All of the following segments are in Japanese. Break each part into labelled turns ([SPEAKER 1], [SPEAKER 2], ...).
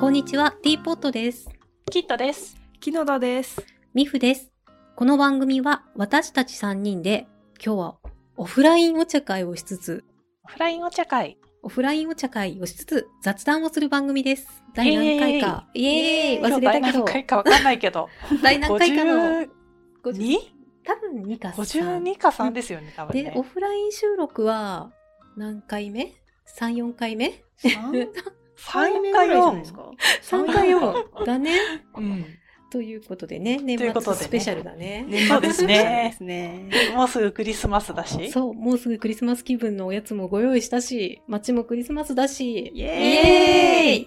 [SPEAKER 1] こんにちは、ティーポットです。
[SPEAKER 2] キットです。
[SPEAKER 3] 木野田です。
[SPEAKER 1] ミフです。この番組は私たち3人で、今日はオフラインお茶会をしつつ、
[SPEAKER 2] オフラインお茶会。
[SPEAKER 1] オフラインお茶会をしつつ雑談をする番組です。第何回か。イエーイ
[SPEAKER 2] 今
[SPEAKER 1] 忘れ
[SPEAKER 2] 日
[SPEAKER 1] た
[SPEAKER 2] 第
[SPEAKER 1] けど
[SPEAKER 2] 何、回かわかんないけど。
[SPEAKER 1] 第 何回かの50
[SPEAKER 2] 52?52
[SPEAKER 1] 多分2か3。
[SPEAKER 2] か3ですよね、多分
[SPEAKER 1] で、
[SPEAKER 2] ね
[SPEAKER 1] オ。フライン収録は何回目 ?3、4回目
[SPEAKER 3] 3
[SPEAKER 2] 3
[SPEAKER 3] 目ぐ
[SPEAKER 2] 回
[SPEAKER 3] らいじゃないです
[SPEAKER 2] 4。
[SPEAKER 3] か。
[SPEAKER 1] ?3 回4だね。
[SPEAKER 2] うん。
[SPEAKER 1] ということでね、年
[SPEAKER 2] というこ
[SPEAKER 1] 末
[SPEAKER 2] とでね
[SPEAKER 1] スペシャルだね。
[SPEAKER 3] 年
[SPEAKER 2] そうですね
[SPEAKER 3] 末年始ですね。
[SPEAKER 2] もうすぐクリスマスだし。
[SPEAKER 1] そう、もうすぐクリスマス気分のおやつもご用意したし、街もクリスマスだし、
[SPEAKER 3] イエーイ
[SPEAKER 1] イエーイ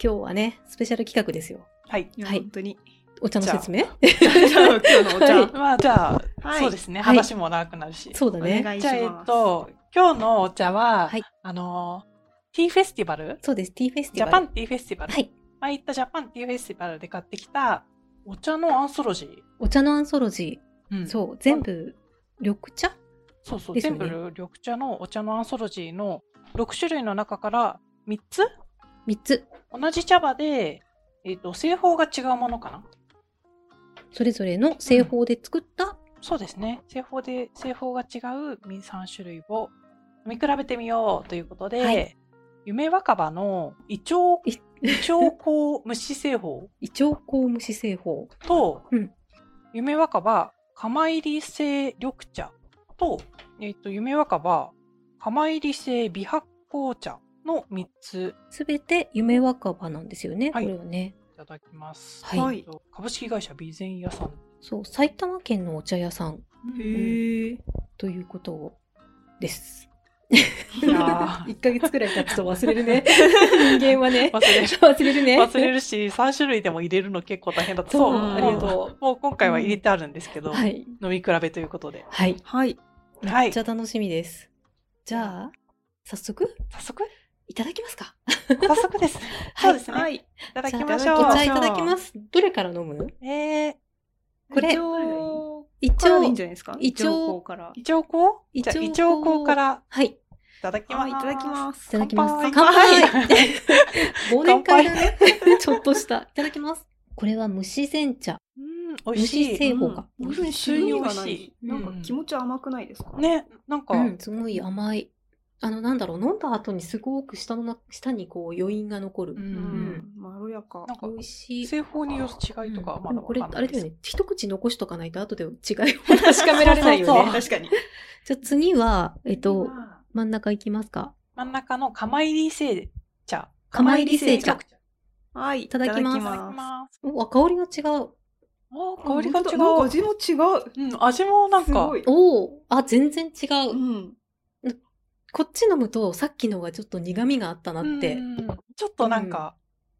[SPEAKER 1] 今日はね、スペシャル企画ですよ。
[SPEAKER 2] はい。
[SPEAKER 3] いや
[SPEAKER 1] はい
[SPEAKER 3] 本当に。
[SPEAKER 1] お茶の説明
[SPEAKER 3] 今日のお
[SPEAKER 1] はい
[SPEAKER 3] 茶。
[SPEAKER 2] まあじゃあ、
[SPEAKER 3] はい
[SPEAKER 2] そうですね、
[SPEAKER 1] はい
[SPEAKER 2] 話も長くなるし。
[SPEAKER 1] そうだ
[SPEAKER 3] お
[SPEAKER 1] ね。
[SPEAKER 3] 願いし
[SPEAKER 2] じゃあ、え
[SPEAKER 3] ま
[SPEAKER 2] っ
[SPEAKER 3] す。
[SPEAKER 2] と、今日のお茶は、
[SPEAKER 1] はい
[SPEAKER 2] あの、ティーフェスティバル
[SPEAKER 1] そうです、ティーフェステ
[SPEAKER 2] ジ
[SPEAKER 1] ィ
[SPEAKER 2] ャ
[SPEAKER 1] バ
[SPEAKER 2] パ
[SPEAKER 1] ル。
[SPEAKER 2] ンティーフェスティバル。
[SPEAKER 1] はい。
[SPEAKER 2] 前行ったジャパンティーフェスティバルで買ってきた、お茶のアンソロジ
[SPEAKER 1] お茶のアンソロジ
[SPEAKER 2] ー。う
[SPEAKER 1] ー。
[SPEAKER 2] ん
[SPEAKER 1] そう、全部、緑茶
[SPEAKER 2] そうそう、
[SPEAKER 1] ですよ
[SPEAKER 2] 全
[SPEAKER 1] ね
[SPEAKER 2] 部緑茶のお茶のアンソロジーの6種類の中から3つ
[SPEAKER 1] ?3 つ。
[SPEAKER 2] 同じ茶葉で、えっと製法が違うものかな
[SPEAKER 1] それぞれの製法で作った、
[SPEAKER 2] そうですね製法で製法が違う3種類を見比べてみようということで、
[SPEAKER 1] はい
[SPEAKER 2] 夢若葉の胃腸
[SPEAKER 1] い
[SPEAKER 2] 胃腸口虫製法
[SPEAKER 1] 胃腸口虫製法。
[SPEAKER 2] と、
[SPEAKER 1] うん
[SPEAKER 2] 夢若葉釜入り製緑茶と,、えっと夢若葉釜入り製美発酵茶の3つ
[SPEAKER 1] すべて夢若葉なんですよね、
[SPEAKER 2] はい
[SPEAKER 1] これはね。
[SPEAKER 2] いただきます。
[SPEAKER 1] はい
[SPEAKER 3] はい
[SPEAKER 2] えっと株式会社備前屋さん。
[SPEAKER 1] そう、埼玉県のお茶屋さん
[SPEAKER 3] へ
[SPEAKER 2] い
[SPEAKER 3] ー
[SPEAKER 1] ということをです。
[SPEAKER 2] やー
[SPEAKER 1] 1ヶ月くらい経つと忘れる ね。人間はね。
[SPEAKER 2] 忘れる。
[SPEAKER 1] 忘れるね。
[SPEAKER 2] 忘れるし、3種類でも入れるの結構大変だった。
[SPEAKER 1] そう、
[SPEAKER 3] うん
[SPEAKER 1] ありがと
[SPEAKER 2] もう今回は入れてあるんですけ
[SPEAKER 1] う。
[SPEAKER 2] ど、
[SPEAKER 1] はい。
[SPEAKER 2] 飲み比べということで。
[SPEAKER 1] はい。
[SPEAKER 3] はい。
[SPEAKER 2] は
[SPEAKER 1] めっ
[SPEAKER 2] い。
[SPEAKER 1] ち
[SPEAKER 2] 早
[SPEAKER 1] ゃ楽しみです。じゃあ、早速、
[SPEAKER 2] 速
[SPEAKER 1] いただきますか。
[SPEAKER 2] 早速です。そうですね。、
[SPEAKER 3] はいい。
[SPEAKER 2] ただきましょう
[SPEAKER 1] じゃあお。茶い
[SPEAKER 3] じゃあ
[SPEAKER 1] ただきます。どれから飲む
[SPEAKER 2] えー、
[SPEAKER 1] これ
[SPEAKER 3] 胃腸
[SPEAKER 1] 胃
[SPEAKER 3] からでいい
[SPEAKER 1] 腸
[SPEAKER 3] んじ。ゃないですか。
[SPEAKER 1] 胃腸
[SPEAKER 3] 口から。
[SPEAKER 2] 胃腸口
[SPEAKER 1] 胃
[SPEAKER 2] じゃ
[SPEAKER 1] 腸
[SPEAKER 2] あ
[SPEAKER 1] 口
[SPEAKER 2] 胃腸口から
[SPEAKER 1] はい。い
[SPEAKER 2] いただきま
[SPEAKER 3] は
[SPEAKER 2] す。
[SPEAKER 3] い、いただき
[SPEAKER 2] す。
[SPEAKER 3] ます。
[SPEAKER 1] ただきます。
[SPEAKER 2] 乾杯
[SPEAKER 1] 乾 杯忘年会だね。ちょっとした。いただきます。これは蒸し煎茶。
[SPEAKER 2] うん、美味
[SPEAKER 1] 蒸
[SPEAKER 2] し
[SPEAKER 1] し
[SPEAKER 2] い。
[SPEAKER 1] 製法が。
[SPEAKER 3] うん普通に美味しい。なんか気持ち甘くないですか。。
[SPEAKER 2] ね、なんか、
[SPEAKER 1] うん、すごい甘い。あの、なんだろう、飲んだ後にすごく下のな、下にこう余韻が残る。
[SPEAKER 2] う
[SPEAKER 3] うんん。まろやか
[SPEAKER 2] なん。か
[SPEAKER 1] 美味しい。
[SPEAKER 2] 製法による違いとかはま
[SPEAKER 1] で
[SPEAKER 2] だ
[SPEAKER 1] もこれ、
[SPEAKER 2] わかん
[SPEAKER 1] あ
[SPEAKER 2] な
[SPEAKER 1] れ
[SPEAKER 2] いで
[SPEAKER 1] だ
[SPEAKER 2] す
[SPEAKER 1] よね。一口残しとかないと後で違いを確かめられないよね。
[SPEAKER 2] そうそうそう
[SPEAKER 3] 確かに。
[SPEAKER 1] じゃあ次は、えっと、
[SPEAKER 3] あ
[SPEAKER 1] 真ん中いきますか。
[SPEAKER 2] 真ん中の釜入り製茶。
[SPEAKER 1] 釜入り製茶
[SPEAKER 2] い
[SPEAKER 3] はい、い
[SPEAKER 1] ただきます
[SPEAKER 2] ただきます。
[SPEAKER 1] うわ、香りが違う。
[SPEAKER 2] お
[SPEAKER 3] 香
[SPEAKER 2] 香
[SPEAKER 3] り
[SPEAKER 2] り
[SPEAKER 3] が
[SPEAKER 2] が
[SPEAKER 3] 違
[SPEAKER 2] 違
[SPEAKER 3] う。なんか
[SPEAKER 2] う。
[SPEAKER 3] 味も違う。
[SPEAKER 2] うん、味もなん
[SPEAKER 3] す
[SPEAKER 2] か
[SPEAKER 3] ご、い。
[SPEAKER 1] おお、あ、全然違う。
[SPEAKER 3] うん。
[SPEAKER 1] こっち飲むと、さっきのがちょっと苦味があったな
[SPEAKER 2] うん
[SPEAKER 1] って。
[SPEAKER 2] ちょっとなんか、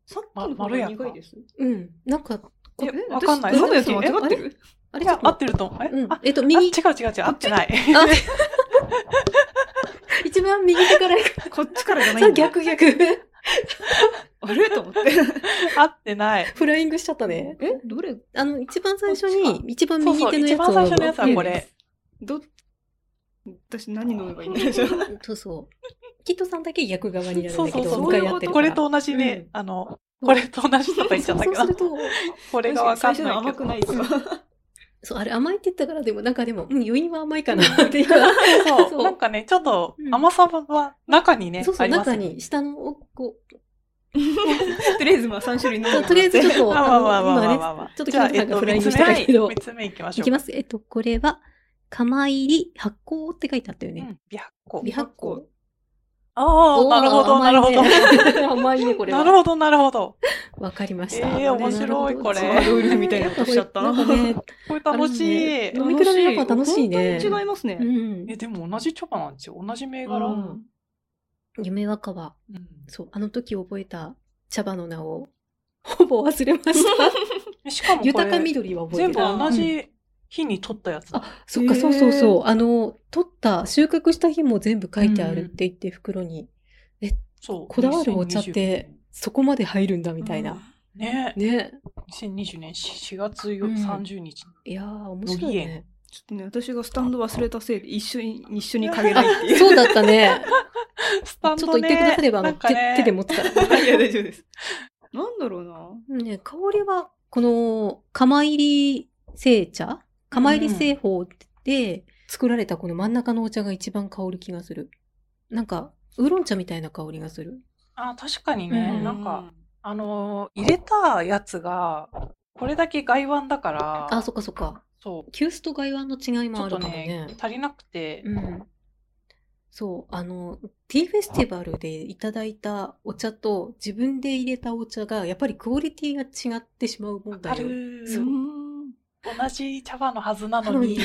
[SPEAKER 3] さっきの方が苦いです。
[SPEAKER 1] うん、なんか、
[SPEAKER 2] え
[SPEAKER 3] え
[SPEAKER 2] わかんない。
[SPEAKER 3] 私飲んだや
[SPEAKER 2] い
[SPEAKER 3] つ間違ってる
[SPEAKER 1] あれちょ
[SPEAKER 2] や
[SPEAKER 1] っ、と
[SPEAKER 2] 合っ
[SPEAKER 1] 待
[SPEAKER 2] て
[SPEAKER 1] っ
[SPEAKER 2] ると思う。え
[SPEAKER 1] て。うん
[SPEAKER 2] あ、、
[SPEAKER 1] えっと、
[SPEAKER 2] あ違
[SPEAKER 1] 右
[SPEAKER 2] う、違う違う、合ってない。
[SPEAKER 1] あ 一番右手から行く。
[SPEAKER 3] こっちからじゃない
[SPEAKER 1] そうん
[SPEAKER 3] だ。
[SPEAKER 1] 逆逆。
[SPEAKER 3] あれと思って。
[SPEAKER 2] 合ってない。
[SPEAKER 1] フライングしちゃったね。
[SPEAKER 3] え どれ
[SPEAKER 1] あの、一番最初
[SPEAKER 2] こっ
[SPEAKER 1] に
[SPEAKER 2] ち、
[SPEAKER 1] 一番
[SPEAKER 2] そう
[SPEAKER 1] 右
[SPEAKER 2] そ
[SPEAKER 1] 手
[SPEAKER 2] う、
[SPEAKER 1] の
[SPEAKER 2] 一
[SPEAKER 1] やつを
[SPEAKER 2] 番最初のやつはこれ。
[SPEAKER 3] ど私何飲めばいいんでしょう。
[SPEAKER 1] そうそう。キットさんだけ逆側になるん
[SPEAKER 2] そう
[SPEAKER 1] だ
[SPEAKER 2] そ
[SPEAKER 1] けど、
[SPEAKER 2] うそう。
[SPEAKER 1] 向かい合ってる
[SPEAKER 2] こ
[SPEAKER 1] から
[SPEAKER 2] れと同じね
[SPEAKER 1] う、
[SPEAKER 2] あの、これと同じとか言っちゃったけど
[SPEAKER 1] そう、すると、
[SPEAKER 2] これがわかん
[SPEAKER 3] 最初の
[SPEAKER 2] ない
[SPEAKER 3] 甘
[SPEAKER 2] け
[SPEAKER 3] く
[SPEAKER 2] ど
[SPEAKER 3] ない。ですか。
[SPEAKER 1] そう、あれ甘いって言ったからでも、なんかでも、うん、余韻は甘い かなって今。
[SPEAKER 2] そう
[SPEAKER 1] そう
[SPEAKER 2] なんかね、ちょっと
[SPEAKER 1] うん
[SPEAKER 2] 甘さは中にね
[SPEAKER 1] そう、そ
[SPEAKER 2] あ
[SPEAKER 1] う、
[SPEAKER 2] ります
[SPEAKER 1] 中
[SPEAKER 2] よね
[SPEAKER 1] に、下の奥、こう、
[SPEAKER 3] とりあえずまあ三種類飲ん
[SPEAKER 1] そう
[SPEAKER 3] で。
[SPEAKER 1] とりあえずちょっ
[SPEAKER 2] ま
[SPEAKER 1] と、
[SPEAKER 2] あまあまあまあ
[SPEAKER 1] の
[SPEAKER 2] まあ
[SPEAKER 1] 今
[SPEAKER 2] まあ
[SPEAKER 1] ね、
[SPEAKER 2] まあ。
[SPEAKER 1] ちょっと
[SPEAKER 2] じゃあ
[SPEAKER 1] キムさんがフライング
[SPEAKER 2] えっ
[SPEAKER 1] し
[SPEAKER 2] と
[SPEAKER 1] てたけど
[SPEAKER 2] 三つ目いきましょ。
[SPEAKER 1] いうきます。えっと、これは、釜入り発酵って書いてあったよ
[SPEAKER 2] う
[SPEAKER 1] ね。
[SPEAKER 2] ん。美発酵
[SPEAKER 1] 微発酵。
[SPEAKER 2] ああ、なるほど、なるほど。
[SPEAKER 1] ど。甘いね、 これ
[SPEAKER 2] な
[SPEAKER 1] は。
[SPEAKER 2] るほど、なるほど。
[SPEAKER 1] わかりました。
[SPEAKER 2] えー面白いこれ
[SPEAKER 1] なるほど
[SPEAKER 3] ルールみたいなことしちゃった
[SPEAKER 1] なんかね、
[SPEAKER 2] これ楽しい。
[SPEAKER 1] あのね飲み比べなんか楽しいね
[SPEAKER 3] 本当に違いますね
[SPEAKER 1] う。ん
[SPEAKER 2] え、。でも同じ茶葉なんですよ。同じ銘柄。
[SPEAKER 3] う
[SPEAKER 2] うん
[SPEAKER 3] ん
[SPEAKER 1] 夢若葉。
[SPEAKER 2] で
[SPEAKER 1] そう、あの時覚えた茶葉の名を、ほぼ忘れました。
[SPEAKER 2] しかもこ
[SPEAKER 1] 豊か
[SPEAKER 2] れ、
[SPEAKER 1] 緑は覚え
[SPEAKER 2] 全
[SPEAKER 1] て
[SPEAKER 2] 部
[SPEAKER 1] た。
[SPEAKER 2] 同じ日に取ったやつだ。
[SPEAKER 1] あ、そっか、そうそうそう。あの、取った、収穫した日も全部書いてあるって言って、袋に。
[SPEAKER 2] そう。
[SPEAKER 1] こだわるお茶って、そこまで入るんだみたいな。。
[SPEAKER 2] 2020年。ね
[SPEAKER 1] ね。
[SPEAKER 2] 2020年4月
[SPEAKER 1] うん
[SPEAKER 2] 30日。
[SPEAKER 1] いやー、面白いね。
[SPEAKER 3] ちょっとね私がスタンド忘れたせいで一緒に一緒に嗅げないって
[SPEAKER 1] あ、
[SPEAKER 3] いう。
[SPEAKER 1] そうだったね。
[SPEAKER 2] ス
[SPEAKER 1] ちょ
[SPEAKER 2] タ
[SPEAKER 1] っ
[SPEAKER 2] ン
[SPEAKER 1] と
[SPEAKER 2] ド
[SPEAKER 1] 言ってくだされば、あの、
[SPEAKER 2] なんかね
[SPEAKER 1] 手手で持ってたら。
[SPEAKER 3] いや大丈夫です。なんだろうな。
[SPEAKER 1] ね、香りは、この、釜入り製茶釜入り製法で作られたこの真ん中のお茶が一番香る気がする。なんか、ウーロン茶みたいな香りがする。
[SPEAKER 2] あー確かにね、
[SPEAKER 1] うん
[SPEAKER 2] なんか、あのー入れたやつが、これだけ外腕だから、
[SPEAKER 1] あ、そっかそっか。
[SPEAKER 2] そう
[SPEAKER 1] 急須と外腕の違い
[SPEAKER 2] ち
[SPEAKER 1] もあ
[SPEAKER 2] ょっ
[SPEAKER 1] る
[SPEAKER 2] と
[SPEAKER 1] かも
[SPEAKER 2] ね
[SPEAKER 1] ね。、
[SPEAKER 2] 足りなくて、
[SPEAKER 1] うん。そう、あの、ティーフェスティバルでいただいたお茶と自分で入れたお茶が、やっぱりクオリティが違ってしまうもんだ
[SPEAKER 2] あ
[SPEAKER 1] よ。
[SPEAKER 2] る
[SPEAKER 3] うーん。
[SPEAKER 2] 同じ茶葉のはずなの に、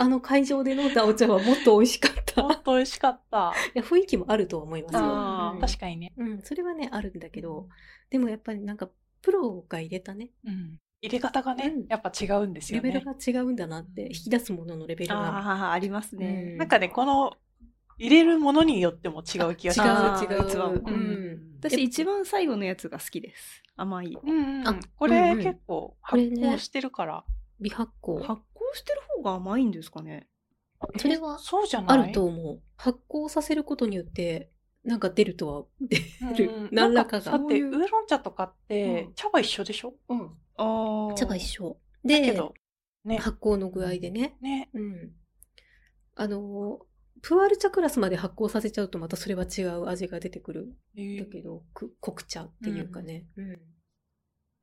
[SPEAKER 1] あの会場で飲んだお茶はもっと美味しかった。い
[SPEAKER 2] もっと美味しかった。
[SPEAKER 1] や雰囲気もあると思いますよ。
[SPEAKER 2] あ
[SPEAKER 1] うん
[SPEAKER 2] ー確かにね、
[SPEAKER 1] うん、それはね、あるんだけど、でもやっぱりなんか、プロが入れたね、
[SPEAKER 2] うん入れ方がね、
[SPEAKER 1] うん
[SPEAKER 2] やっぱ違うんです
[SPEAKER 1] レ
[SPEAKER 2] よ
[SPEAKER 1] ベル
[SPEAKER 2] ね。
[SPEAKER 1] が違うんだなって、引き出すもののレベルが。
[SPEAKER 3] ああ、あります
[SPEAKER 1] う
[SPEAKER 3] ね。
[SPEAKER 1] ん
[SPEAKER 2] なんかね、この、入れるものによっても違う気がします。
[SPEAKER 3] あ
[SPEAKER 1] 違う、違う。
[SPEAKER 3] 器も
[SPEAKER 1] う
[SPEAKER 2] うん
[SPEAKER 1] ん。
[SPEAKER 3] 私、一番最後のやつが好きです。甘い。
[SPEAKER 2] うんう
[SPEAKER 1] あ
[SPEAKER 2] ん、これ、
[SPEAKER 1] うんうん
[SPEAKER 2] 結構
[SPEAKER 1] こ
[SPEAKER 2] 発
[SPEAKER 1] れね
[SPEAKER 2] 酵してるから、
[SPEAKER 1] 美発酵。
[SPEAKER 3] 発酵してる方が甘いんですかね。
[SPEAKER 1] それは
[SPEAKER 2] そうじゃな
[SPEAKER 1] あ
[SPEAKER 2] い
[SPEAKER 1] ると思う。発酵させることによって、なんか出るとは、出る
[SPEAKER 2] うんうん。
[SPEAKER 1] 何らかが
[SPEAKER 2] だっ
[SPEAKER 3] そう
[SPEAKER 2] て
[SPEAKER 3] い
[SPEAKER 2] ウ
[SPEAKER 3] う
[SPEAKER 2] ーロン茶とかって、
[SPEAKER 3] うん
[SPEAKER 2] 茶葉一緒でしょ
[SPEAKER 3] うん。ああ。
[SPEAKER 1] 茶葉一緒。
[SPEAKER 2] け
[SPEAKER 1] で、
[SPEAKER 2] どね
[SPEAKER 1] 発酵の具合でね。
[SPEAKER 2] ね
[SPEAKER 1] うん。あの、プーアル茶クラスまで発酵させちゃうとまたそれは違う味が出てくるん
[SPEAKER 2] えー
[SPEAKER 1] だけど、く黒茶っていうかね。うん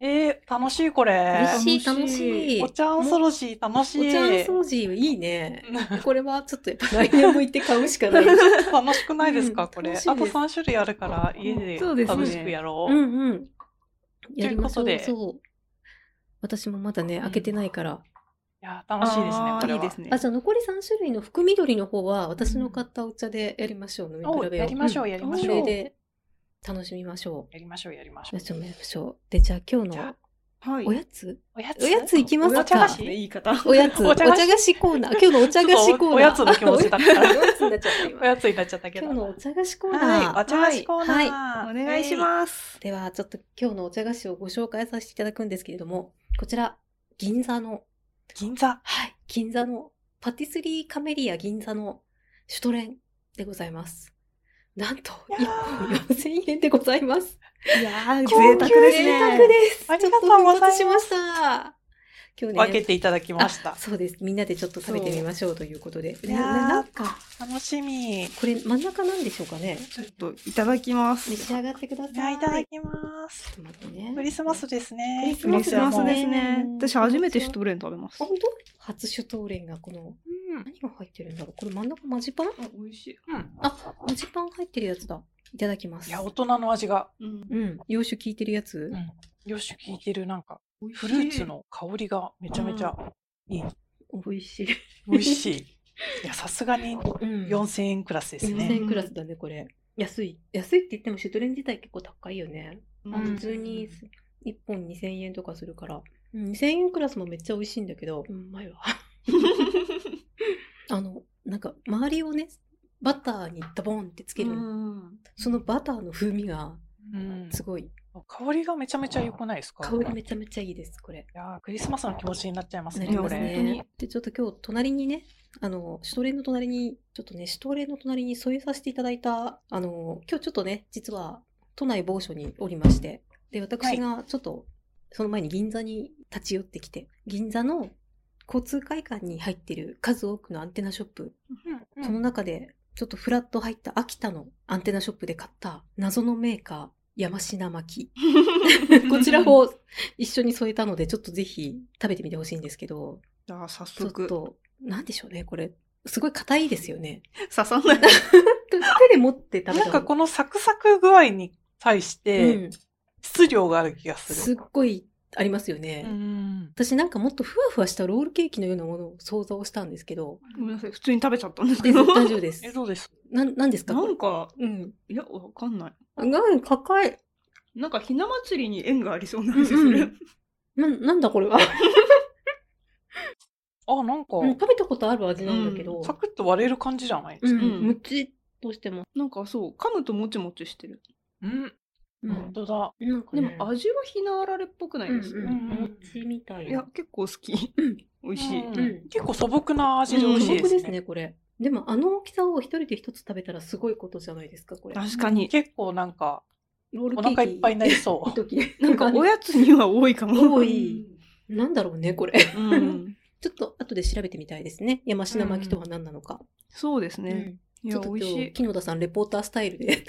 [SPEAKER 2] えー楽しいこ
[SPEAKER 1] 美
[SPEAKER 2] れ
[SPEAKER 1] 味しい、楽
[SPEAKER 3] 楽
[SPEAKER 1] し
[SPEAKER 3] し
[SPEAKER 1] い。
[SPEAKER 3] い
[SPEAKER 2] お茶んそろし楽し
[SPEAKER 1] お
[SPEAKER 2] い
[SPEAKER 1] 茶ん掃除いいね。これはちょっとやっぱ来 年も行って買うしかない。
[SPEAKER 2] 楽しくないですか、
[SPEAKER 1] うん
[SPEAKER 2] これあ
[SPEAKER 1] 楽し
[SPEAKER 2] と
[SPEAKER 1] いです
[SPEAKER 2] 3種類あるから家
[SPEAKER 3] そうで
[SPEAKER 2] です
[SPEAKER 3] ね
[SPEAKER 2] 楽しくやろ
[SPEAKER 1] う
[SPEAKER 2] う、
[SPEAKER 1] んうん。やりましょ。
[SPEAKER 2] といううことで
[SPEAKER 1] そう。私もまだね、開けてないから。
[SPEAKER 2] いや楽しいですね
[SPEAKER 3] あー
[SPEAKER 2] これはい
[SPEAKER 3] いですね。
[SPEAKER 1] あ、じゃあ残り3種類の福緑の方は、私の買ったお茶でやりましょう。飲み
[SPEAKER 2] お
[SPEAKER 1] 比べを。
[SPEAKER 2] やりましょう、
[SPEAKER 1] ん
[SPEAKER 2] やりま
[SPEAKER 1] そ
[SPEAKER 2] しょ
[SPEAKER 1] れ
[SPEAKER 2] うや
[SPEAKER 1] で楽しみましょう。
[SPEAKER 2] りましょうやりましょ
[SPEAKER 1] やり
[SPEAKER 2] う
[SPEAKER 1] ましょう、やりましょう。で、じゃあ今日
[SPEAKER 2] じゃあ
[SPEAKER 1] の
[SPEAKER 3] はい。
[SPEAKER 1] おやつ
[SPEAKER 2] おやつ
[SPEAKER 1] おやついきますか
[SPEAKER 2] お茶菓
[SPEAKER 3] お
[SPEAKER 2] 子
[SPEAKER 3] ね言い方。
[SPEAKER 1] おやつ、お
[SPEAKER 2] お
[SPEAKER 1] 茶
[SPEAKER 2] 茶菓子
[SPEAKER 1] 菓子コー ナー。今日のお茶菓子コーナー。
[SPEAKER 2] おやつの気持ちだか
[SPEAKER 1] あ
[SPEAKER 2] ら
[SPEAKER 1] おやつになっちゃった今
[SPEAKER 2] おやつになっちゃったけど
[SPEAKER 1] 今日のお茶菓子コーナー
[SPEAKER 2] はいお。茶菓子コーナー、
[SPEAKER 3] お願いします。
[SPEAKER 1] ではちょっと今日のお茶菓子をご紹介させていただくんですけれどもこちら銀座の
[SPEAKER 2] す銀座
[SPEAKER 1] はい銀座のパティスリーカメリア銀座のシュトレンでございますなんと
[SPEAKER 2] いや
[SPEAKER 1] 1本4000円でございます
[SPEAKER 3] いやー、
[SPEAKER 2] 高級
[SPEAKER 3] 贅沢です
[SPEAKER 1] 贅
[SPEAKER 3] ね。
[SPEAKER 1] 沢です
[SPEAKER 2] ありがとうございま
[SPEAKER 1] ちょっお待
[SPEAKER 2] す
[SPEAKER 1] たせしました今日ね
[SPEAKER 2] 分けていただきました
[SPEAKER 1] そうですみんなでちょっと食べてみましょうということで
[SPEAKER 2] いやー
[SPEAKER 1] なななんか
[SPEAKER 2] 楽しみい
[SPEAKER 1] これ真ん中なんでしょうかね
[SPEAKER 3] ちょっといただきます。
[SPEAKER 1] 召し上がってくださ
[SPEAKER 2] や
[SPEAKER 1] い
[SPEAKER 2] いただ
[SPEAKER 1] ち
[SPEAKER 2] きます
[SPEAKER 1] ょっと待ってね
[SPEAKER 2] クリスマスですね。
[SPEAKER 1] ク
[SPEAKER 3] クリスマス
[SPEAKER 1] クリ
[SPEAKER 3] で
[SPEAKER 1] スマス
[SPEAKER 3] すね。私初めてシュトレン食べます。
[SPEAKER 1] あ本当初シュトーレンがこの
[SPEAKER 2] うん
[SPEAKER 1] 何が入ってるんだろうこれ真ん中マジパン
[SPEAKER 3] 美味しい。
[SPEAKER 2] うん。
[SPEAKER 1] あ、マジパン入ってるやつだ。いただきます。
[SPEAKER 2] いや、大人の味が、
[SPEAKER 3] うん。
[SPEAKER 1] うん。洋酒効いてるやつ、
[SPEAKER 2] うんよし、効いてる、なんか、フルーツの香りがめちゃめちゃいい。
[SPEAKER 1] 美味しい。
[SPEAKER 2] 美味し い。いや、さすがに
[SPEAKER 1] うん
[SPEAKER 2] 4000円クラスです
[SPEAKER 1] 4000
[SPEAKER 2] ね。
[SPEAKER 1] 円クラスだね、これ。安い。安いって言っても、シュトレン自体結構高いよね。
[SPEAKER 3] うん
[SPEAKER 1] 普通に1本2000円とかするから。うん2000円クラスもめっちゃ美味しいんだけど、うんうまいわ。 あの、なんか、周りをね、バターにドボンってつける、
[SPEAKER 3] うん
[SPEAKER 1] そのバターの風味が
[SPEAKER 2] うん
[SPEAKER 1] すごい。
[SPEAKER 2] 香りがめちゃめちゃ良くないですか
[SPEAKER 1] 香り
[SPEAKER 2] い
[SPEAKER 1] めちゃめちゃいいです、これ。
[SPEAKER 2] やークリスマスの気持ちになっちゃいます
[SPEAKER 1] な
[SPEAKER 2] ね、
[SPEAKER 1] り
[SPEAKER 2] こ
[SPEAKER 1] ます
[SPEAKER 2] れ。
[SPEAKER 1] ね。で、ちょっと今日、隣にね、あの、シュトレンの隣に、ちょっとね、シュトレンの隣に添えさせていただいた、あの、今日ちょっとね、実は、都内某所におりまして、で、私がちょっと、その前に銀座に立ち寄ってきて、銀座の交通会館に入ってる数多くのアンテナショップ、
[SPEAKER 2] うん
[SPEAKER 1] その中で、ちょっとフラッと入った秋田のアンテナショップで買った謎のメーカー、山科巻。 こちらを一緒に添えたので、ちょっとぜひ食べてみてほしいんですけど、
[SPEAKER 3] じゃあ早
[SPEAKER 1] ちょっ
[SPEAKER 3] 速
[SPEAKER 1] と、なんでしょうね、これ。すごい硬いですよね。
[SPEAKER 3] 刺さない。
[SPEAKER 1] 手手で持って食べた
[SPEAKER 2] なんかこ
[SPEAKER 1] の、
[SPEAKER 2] のサクサク具合に対し
[SPEAKER 1] う
[SPEAKER 2] て、
[SPEAKER 1] ん、
[SPEAKER 2] 質量がある気がす
[SPEAKER 1] す
[SPEAKER 2] る。
[SPEAKER 1] っごいありますよね。
[SPEAKER 2] うん
[SPEAKER 1] 私なんかもっとふわふわしたロールケーキのようなものを想像したんですけど、
[SPEAKER 3] ごめんなさい、普通に食べちゃったんですけ
[SPEAKER 1] 大
[SPEAKER 3] ど。
[SPEAKER 1] 丈夫です
[SPEAKER 2] え、。どうです
[SPEAKER 1] な、なんですか
[SPEAKER 3] な
[SPEAKER 1] これ
[SPEAKER 3] んか、
[SPEAKER 1] うん。
[SPEAKER 3] いや、わかんない。
[SPEAKER 1] なんか高い。
[SPEAKER 3] なんかひな祭りに縁がありそうな味す
[SPEAKER 1] うんう
[SPEAKER 3] る
[SPEAKER 1] ん。な、なんだこれは。
[SPEAKER 2] あ、なんか、
[SPEAKER 1] うん食べたことある味なんだけど、
[SPEAKER 2] サクッと割れる感じじゃないで
[SPEAKER 1] う
[SPEAKER 2] す
[SPEAKER 1] ん
[SPEAKER 2] か。
[SPEAKER 3] うん
[SPEAKER 1] むちっとしても。
[SPEAKER 3] なんかそう、噛むともちもちしてる。
[SPEAKER 2] うん。本当だ。
[SPEAKER 1] なんか
[SPEAKER 3] で
[SPEAKER 1] ね、
[SPEAKER 3] も味はひなあられっぽくないです。
[SPEAKER 1] うんうん、餅みたい
[SPEAKER 3] いや
[SPEAKER 1] な。、
[SPEAKER 3] 結構好き。
[SPEAKER 1] うん
[SPEAKER 3] 美味しい。
[SPEAKER 2] うん
[SPEAKER 1] うん
[SPEAKER 2] 結構素朴な味で美
[SPEAKER 1] 素
[SPEAKER 2] 味しい
[SPEAKER 1] 朴
[SPEAKER 2] ですね。
[SPEAKER 1] ですね、これ。でもあの大きさを一人で一つ食べたらすごいことじゃないですか、これ。
[SPEAKER 3] 確かに。
[SPEAKER 2] 結構なんか、
[SPEAKER 1] ロール
[SPEAKER 2] お
[SPEAKER 1] ケーキ
[SPEAKER 2] 腹いっぱいになりそう
[SPEAKER 1] 一時
[SPEAKER 3] なん かおやつには多いかも。
[SPEAKER 1] 多い。なんだろうね、これ。
[SPEAKER 3] うん。
[SPEAKER 1] ちょっと後で調べてみたいですね。山科巻きとは何なのか。
[SPEAKER 3] そうです
[SPEAKER 1] うん
[SPEAKER 3] ね。い
[SPEAKER 1] ちょ
[SPEAKER 3] や、
[SPEAKER 1] っ
[SPEAKER 3] 美
[SPEAKER 1] と
[SPEAKER 3] 味
[SPEAKER 1] 今
[SPEAKER 3] し
[SPEAKER 1] 日、
[SPEAKER 3] い。
[SPEAKER 1] 木野田さん、レポータースタイルで、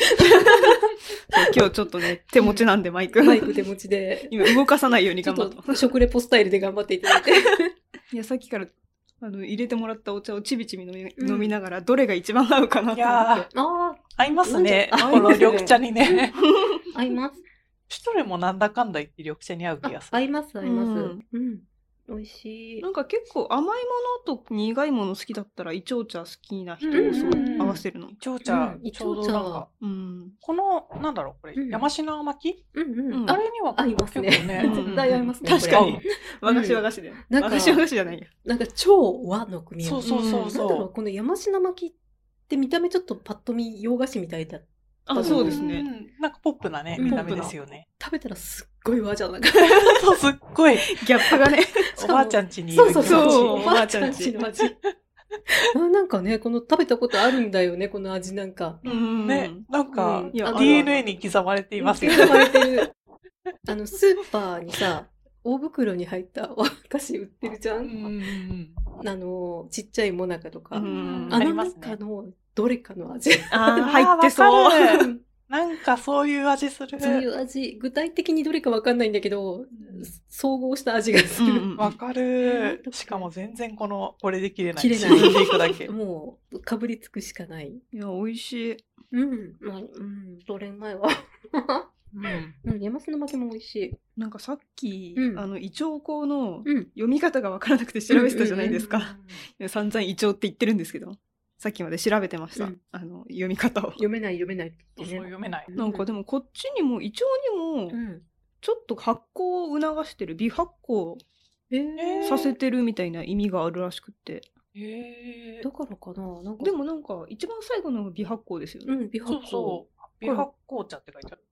[SPEAKER 3] 今日ちょっと ね、手持ちなんでマイク。
[SPEAKER 1] マイク手持ちで、
[SPEAKER 3] 今動かさないように
[SPEAKER 1] ちょっ
[SPEAKER 3] 頑張った。
[SPEAKER 1] と食レポスタイルで頑張っていただいて。
[SPEAKER 3] いや、さっきから、あの、入れてもらったお茶をちびちび飲み,、
[SPEAKER 1] うん
[SPEAKER 3] 飲みながら、どれが一番合うかなと思って。
[SPEAKER 1] あ
[SPEAKER 2] 合いますね
[SPEAKER 1] 飲んじゃう
[SPEAKER 2] この緑茶にね
[SPEAKER 1] あ、合います。
[SPEAKER 2] シュトレもなんだかんだ言って緑茶に合う気がす
[SPEAKER 1] あ合います、合います。う
[SPEAKER 3] うん
[SPEAKER 1] ん。美味しい
[SPEAKER 3] な。んか結構甘いものと苦いもの好きだったら、イチョウ茶好きな人
[SPEAKER 1] うん
[SPEAKER 3] をそう
[SPEAKER 2] うんうん
[SPEAKER 3] 合わせるの
[SPEAKER 2] る。ちょう茶、
[SPEAKER 1] うん
[SPEAKER 2] ちょうどな
[SPEAKER 1] イ
[SPEAKER 2] ん
[SPEAKER 1] チョウ茶
[SPEAKER 2] か
[SPEAKER 3] うん。
[SPEAKER 2] このなんだろうこれ、
[SPEAKER 1] うん
[SPEAKER 2] 山科巻き
[SPEAKER 1] うんう。
[SPEAKER 3] うんん
[SPEAKER 2] あれには
[SPEAKER 1] 合いますね
[SPEAKER 2] 結構ね
[SPEAKER 3] うん
[SPEAKER 1] 絶対合いますね。
[SPEAKER 2] 確
[SPEAKER 1] こ
[SPEAKER 2] か
[SPEAKER 1] れ
[SPEAKER 2] に。
[SPEAKER 3] 和菓子和菓子で。
[SPEAKER 1] なんか
[SPEAKER 3] 和菓子和菓子じゃないや。
[SPEAKER 1] なんか超和の組み合
[SPEAKER 2] そう
[SPEAKER 1] わせ。
[SPEAKER 2] そう
[SPEAKER 1] な
[SPEAKER 2] そう
[SPEAKER 1] んだろ、
[SPEAKER 2] そう
[SPEAKER 1] この山科巻きって見た目ちょっとパッと見洋菓子みたいだ。
[SPEAKER 3] あ、そうですね。
[SPEAKER 2] うんなんかポップなね
[SPEAKER 3] うん
[SPEAKER 2] 見た目ですよね
[SPEAKER 1] 食べたらすっごい和じゃな く
[SPEAKER 2] そうすっごい
[SPEAKER 3] ギャップがね。
[SPEAKER 2] おばあちゃん家にい
[SPEAKER 1] そう
[SPEAKER 2] る
[SPEAKER 1] そう
[SPEAKER 3] そう
[SPEAKER 1] そう。
[SPEAKER 3] お
[SPEAKER 1] お
[SPEAKER 3] ば
[SPEAKER 1] ば
[SPEAKER 3] あ
[SPEAKER 1] あ
[SPEAKER 3] ち
[SPEAKER 1] ち
[SPEAKER 3] ゃ
[SPEAKER 1] ゃ
[SPEAKER 3] ん
[SPEAKER 1] ん
[SPEAKER 3] ち
[SPEAKER 1] ちの味。 あなんかね、この食べたことあるんだよね、この味なんか。
[SPEAKER 3] うん
[SPEAKER 2] ね、なんか、
[SPEAKER 1] うん
[SPEAKER 3] いやあるある
[SPEAKER 2] DNA に刻まれていますよね
[SPEAKER 1] 生まれてる。あの、スーパーにさ、大袋に入った和菓子売ってるじゃ
[SPEAKER 2] うん
[SPEAKER 1] ん。
[SPEAKER 2] うん
[SPEAKER 1] あの、ちっちゃいモナカとか。
[SPEAKER 3] う
[SPEAKER 1] あ
[SPEAKER 3] ん
[SPEAKER 2] うんあり
[SPEAKER 1] の
[SPEAKER 2] ますね
[SPEAKER 1] 中のどれかの味。
[SPEAKER 3] あ ー
[SPEAKER 2] あー
[SPEAKER 3] 入って
[SPEAKER 2] わ
[SPEAKER 3] そう。
[SPEAKER 2] かるなんかそういう味する
[SPEAKER 1] そういう味、具体的にどれかわかんないんだけど、総合した味がす
[SPEAKER 3] うん
[SPEAKER 1] る。
[SPEAKER 3] うん
[SPEAKER 2] わかる
[SPEAKER 1] うん
[SPEAKER 2] しかも全然このこれで切れない
[SPEAKER 1] 切れない
[SPEAKER 2] 縮んでいくだけ
[SPEAKER 1] もう、かぶりつくしかない。
[SPEAKER 3] いや、美味しい。
[SPEAKER 1] うん。まあ、うん。どれうまいわ。 うん。山瀬の負けも美味しい。
[SPEAKER 3] なんかさっき、
[SPEAKER 1] うん
[SPEAKER 3] あの、イチョウコの
[SPEAKER 1] うん。
[SPEAKER 3] 読み方がわからなくて調べてたじゃないですか。
[SPEAKER 1] うんうんうん
[SPEAKER 3] いや散々イチョウって言ってるんですけど、さっきまで調べてました。
[SPEAKER 1] うん
[SPEAKER 3] あの、読み方を。
[SPEAKER 1] 読めない読めないって
[SPEAKER 2] そ
[SPEAKER 1] 言
[SPEAKER 2] う
[SPEAKER 1] っ
[SPEAKER 2] そう
[SPEAKER 1] てね。
[SPEAKER 2] 読めない
[SPEAKER 3] なんかでもこっちにも、イチョウ
[SPEAKER 1] う
[SPEAKER 3] にも、
[SPEAKER 1] ん。
[SPEAKER 3] ちょっと発酵を促してる、微発酵
[SPEAKER 1] え
[SPEAKER 2] えー
[SPEAKER 3] させてるみたいな意味があるらしくて。
[SPEAKER 2] へ
[SPEAKER 1] だからかななんか。
[SPEAKER 3] で、もなんか、一番最後の微発酵ですよ
[SPEAKER 1] う
[SPEAKER 3] ね。
[SPEAKER 1] ん、美白
[SPEAKER 2] そうそう微発酵茶って書いてある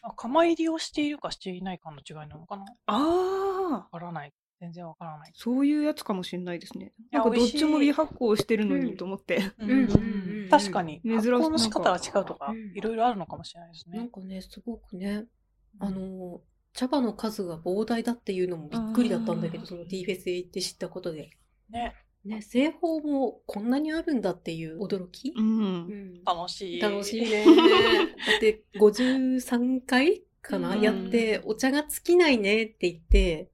[SPEAKER 2] あ釜入りをしているかしていないかの違いなのかな
[SPEAKER 3] ああ
[SPEAKER 2] わからない全然わからない
[SPEAKER 3] そういうやつかもしれないですね。
[SPEAKER 2] いや
[SPEAKER 3] なんかどっちも
[SPEAKER 2] 美味しい
[SPEAKER 3] 微発酵してるのにと思って。
[SPEAKER 1] んうんうん
[SPEAKER 2] 確かに
[SPEAKER 3] 珍
[SPEAKER 2] 発
[SPEAKER 3] しい
[SPEAKER 2] 酵の仕方が違うとか
[SPEAKER 1] うん
[SPEAKER 2] いろいろあるのかもしれないです
[SPEAKER 1] なん
[SPEAKER 2] ね
[SPEAKER 1] かね、すごくね、あの、茶葉の数が膨大だっていうのもびっくりだったんだけ
[SPEAKER 3] あ
[SPEAKER 1] ど、
[SPEAKER 3] ー
[SPEAKER 1] その D フェスへ行って知ったことで。
[SPEAKER 2] ね
[SPEAKER 1] ね、製法もこんなにあるんだっていう驚き。
[SPEAKER 3] うん
[SPEAKER 1] うん
[SPEAKER 2] 楽しい
[SPEAKER 1] 楽しいね。だって53回かな、
[SPEAKER 3] うん
[SPEAKER 1] やって、お茶が尽きないねって言って、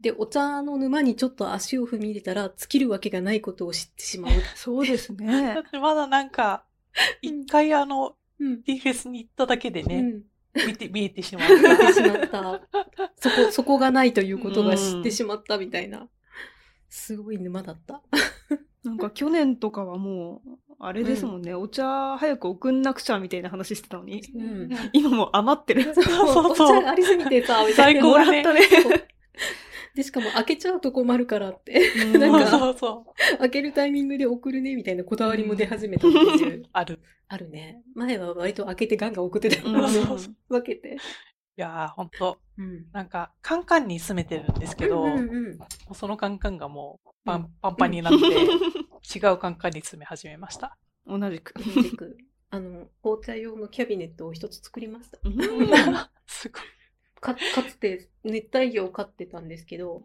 [SPEAKER 1] で、お茶の沼にちょっと足を踏み入れたら、尽きるわけがないことを知ってしまう。
[SPEAKER 3] そうです
[SPEAKER 2] だ
[SPEAKER 3] ね
[SPEAKER 2] っ。て まだなん
[SPEAKER 1] う
[SPEAKER 2] か、
[SPEAKER 1] ん
[SPEAKER 2] 一回あの、
[SPEAKER 1] うん。
[SPEAKER 2] D フェスに行っただけで
[SPEAKER 1] う
[SPEAKER 2] ね、
[SPEAKER 1] ん。
[SPEAKER 2] 見て、見えてしまう。
[SPEAKER 1] 見てしまった。そこ、そこがないということが知ってしまったみたいな。すごい沼だった。
[SPEAKER 3] なんか去年とかはもう、あれですもんね、お茶早く送んなくちゃみたいな話してたのに、
[SPEAKER 1] うん。
[SPEAKER 3] 今もう余ってる。
[SPEAKER 2] そうそう
[SPEAKER 1] お茶がありすぎてさ、みたいな
[SPEAKER 2] 最高だ
[SPEAKER 3] もらったね。
[SPEAKER 1] そう で、しかも開けちゃうと困るからって、
[SPEAKER 3] う
[SPEAKER 1] なんか
[SPEAKER 2] そうそう。
[SPEAKER 1] 開けるタイミングで送るね、みたいなこだわりも出始めたっていう。
[SPEAKER 2] ある。
[SPEAKER 1] あるね。前は割と開けてガンガン送ってた
[SPEAKER 3] う
[SPEAKER 1] の
[SPEAKER 3] ん
[SPEAKER 1] に、
[SPEAKER 2] そうそ
[SPEAKER 1] 分けて。
[SPEAKER 2] いやー、ほんと、
[SPEAKER 1] うん。
[SPEAKER 2] なんか、カンカンに詰めてるんですけど、
[SPEAKER 1] うんう
[SPEAKER 2] も
[SPEAKER 1] んうん
[SPEAKER 2] うそのカンカンがもう、パン、パンパンになって、違うカンカンに詰め始めました。
[SPEAKER 3] 同じく。
[SPEAKER 1] 同じくあの、紅茶用のキャビネットを一つ作りました。
[SPEAKER 2] すごい。
[SPEAKER 1] か かつて熱帯魚を飼ってたんですけど、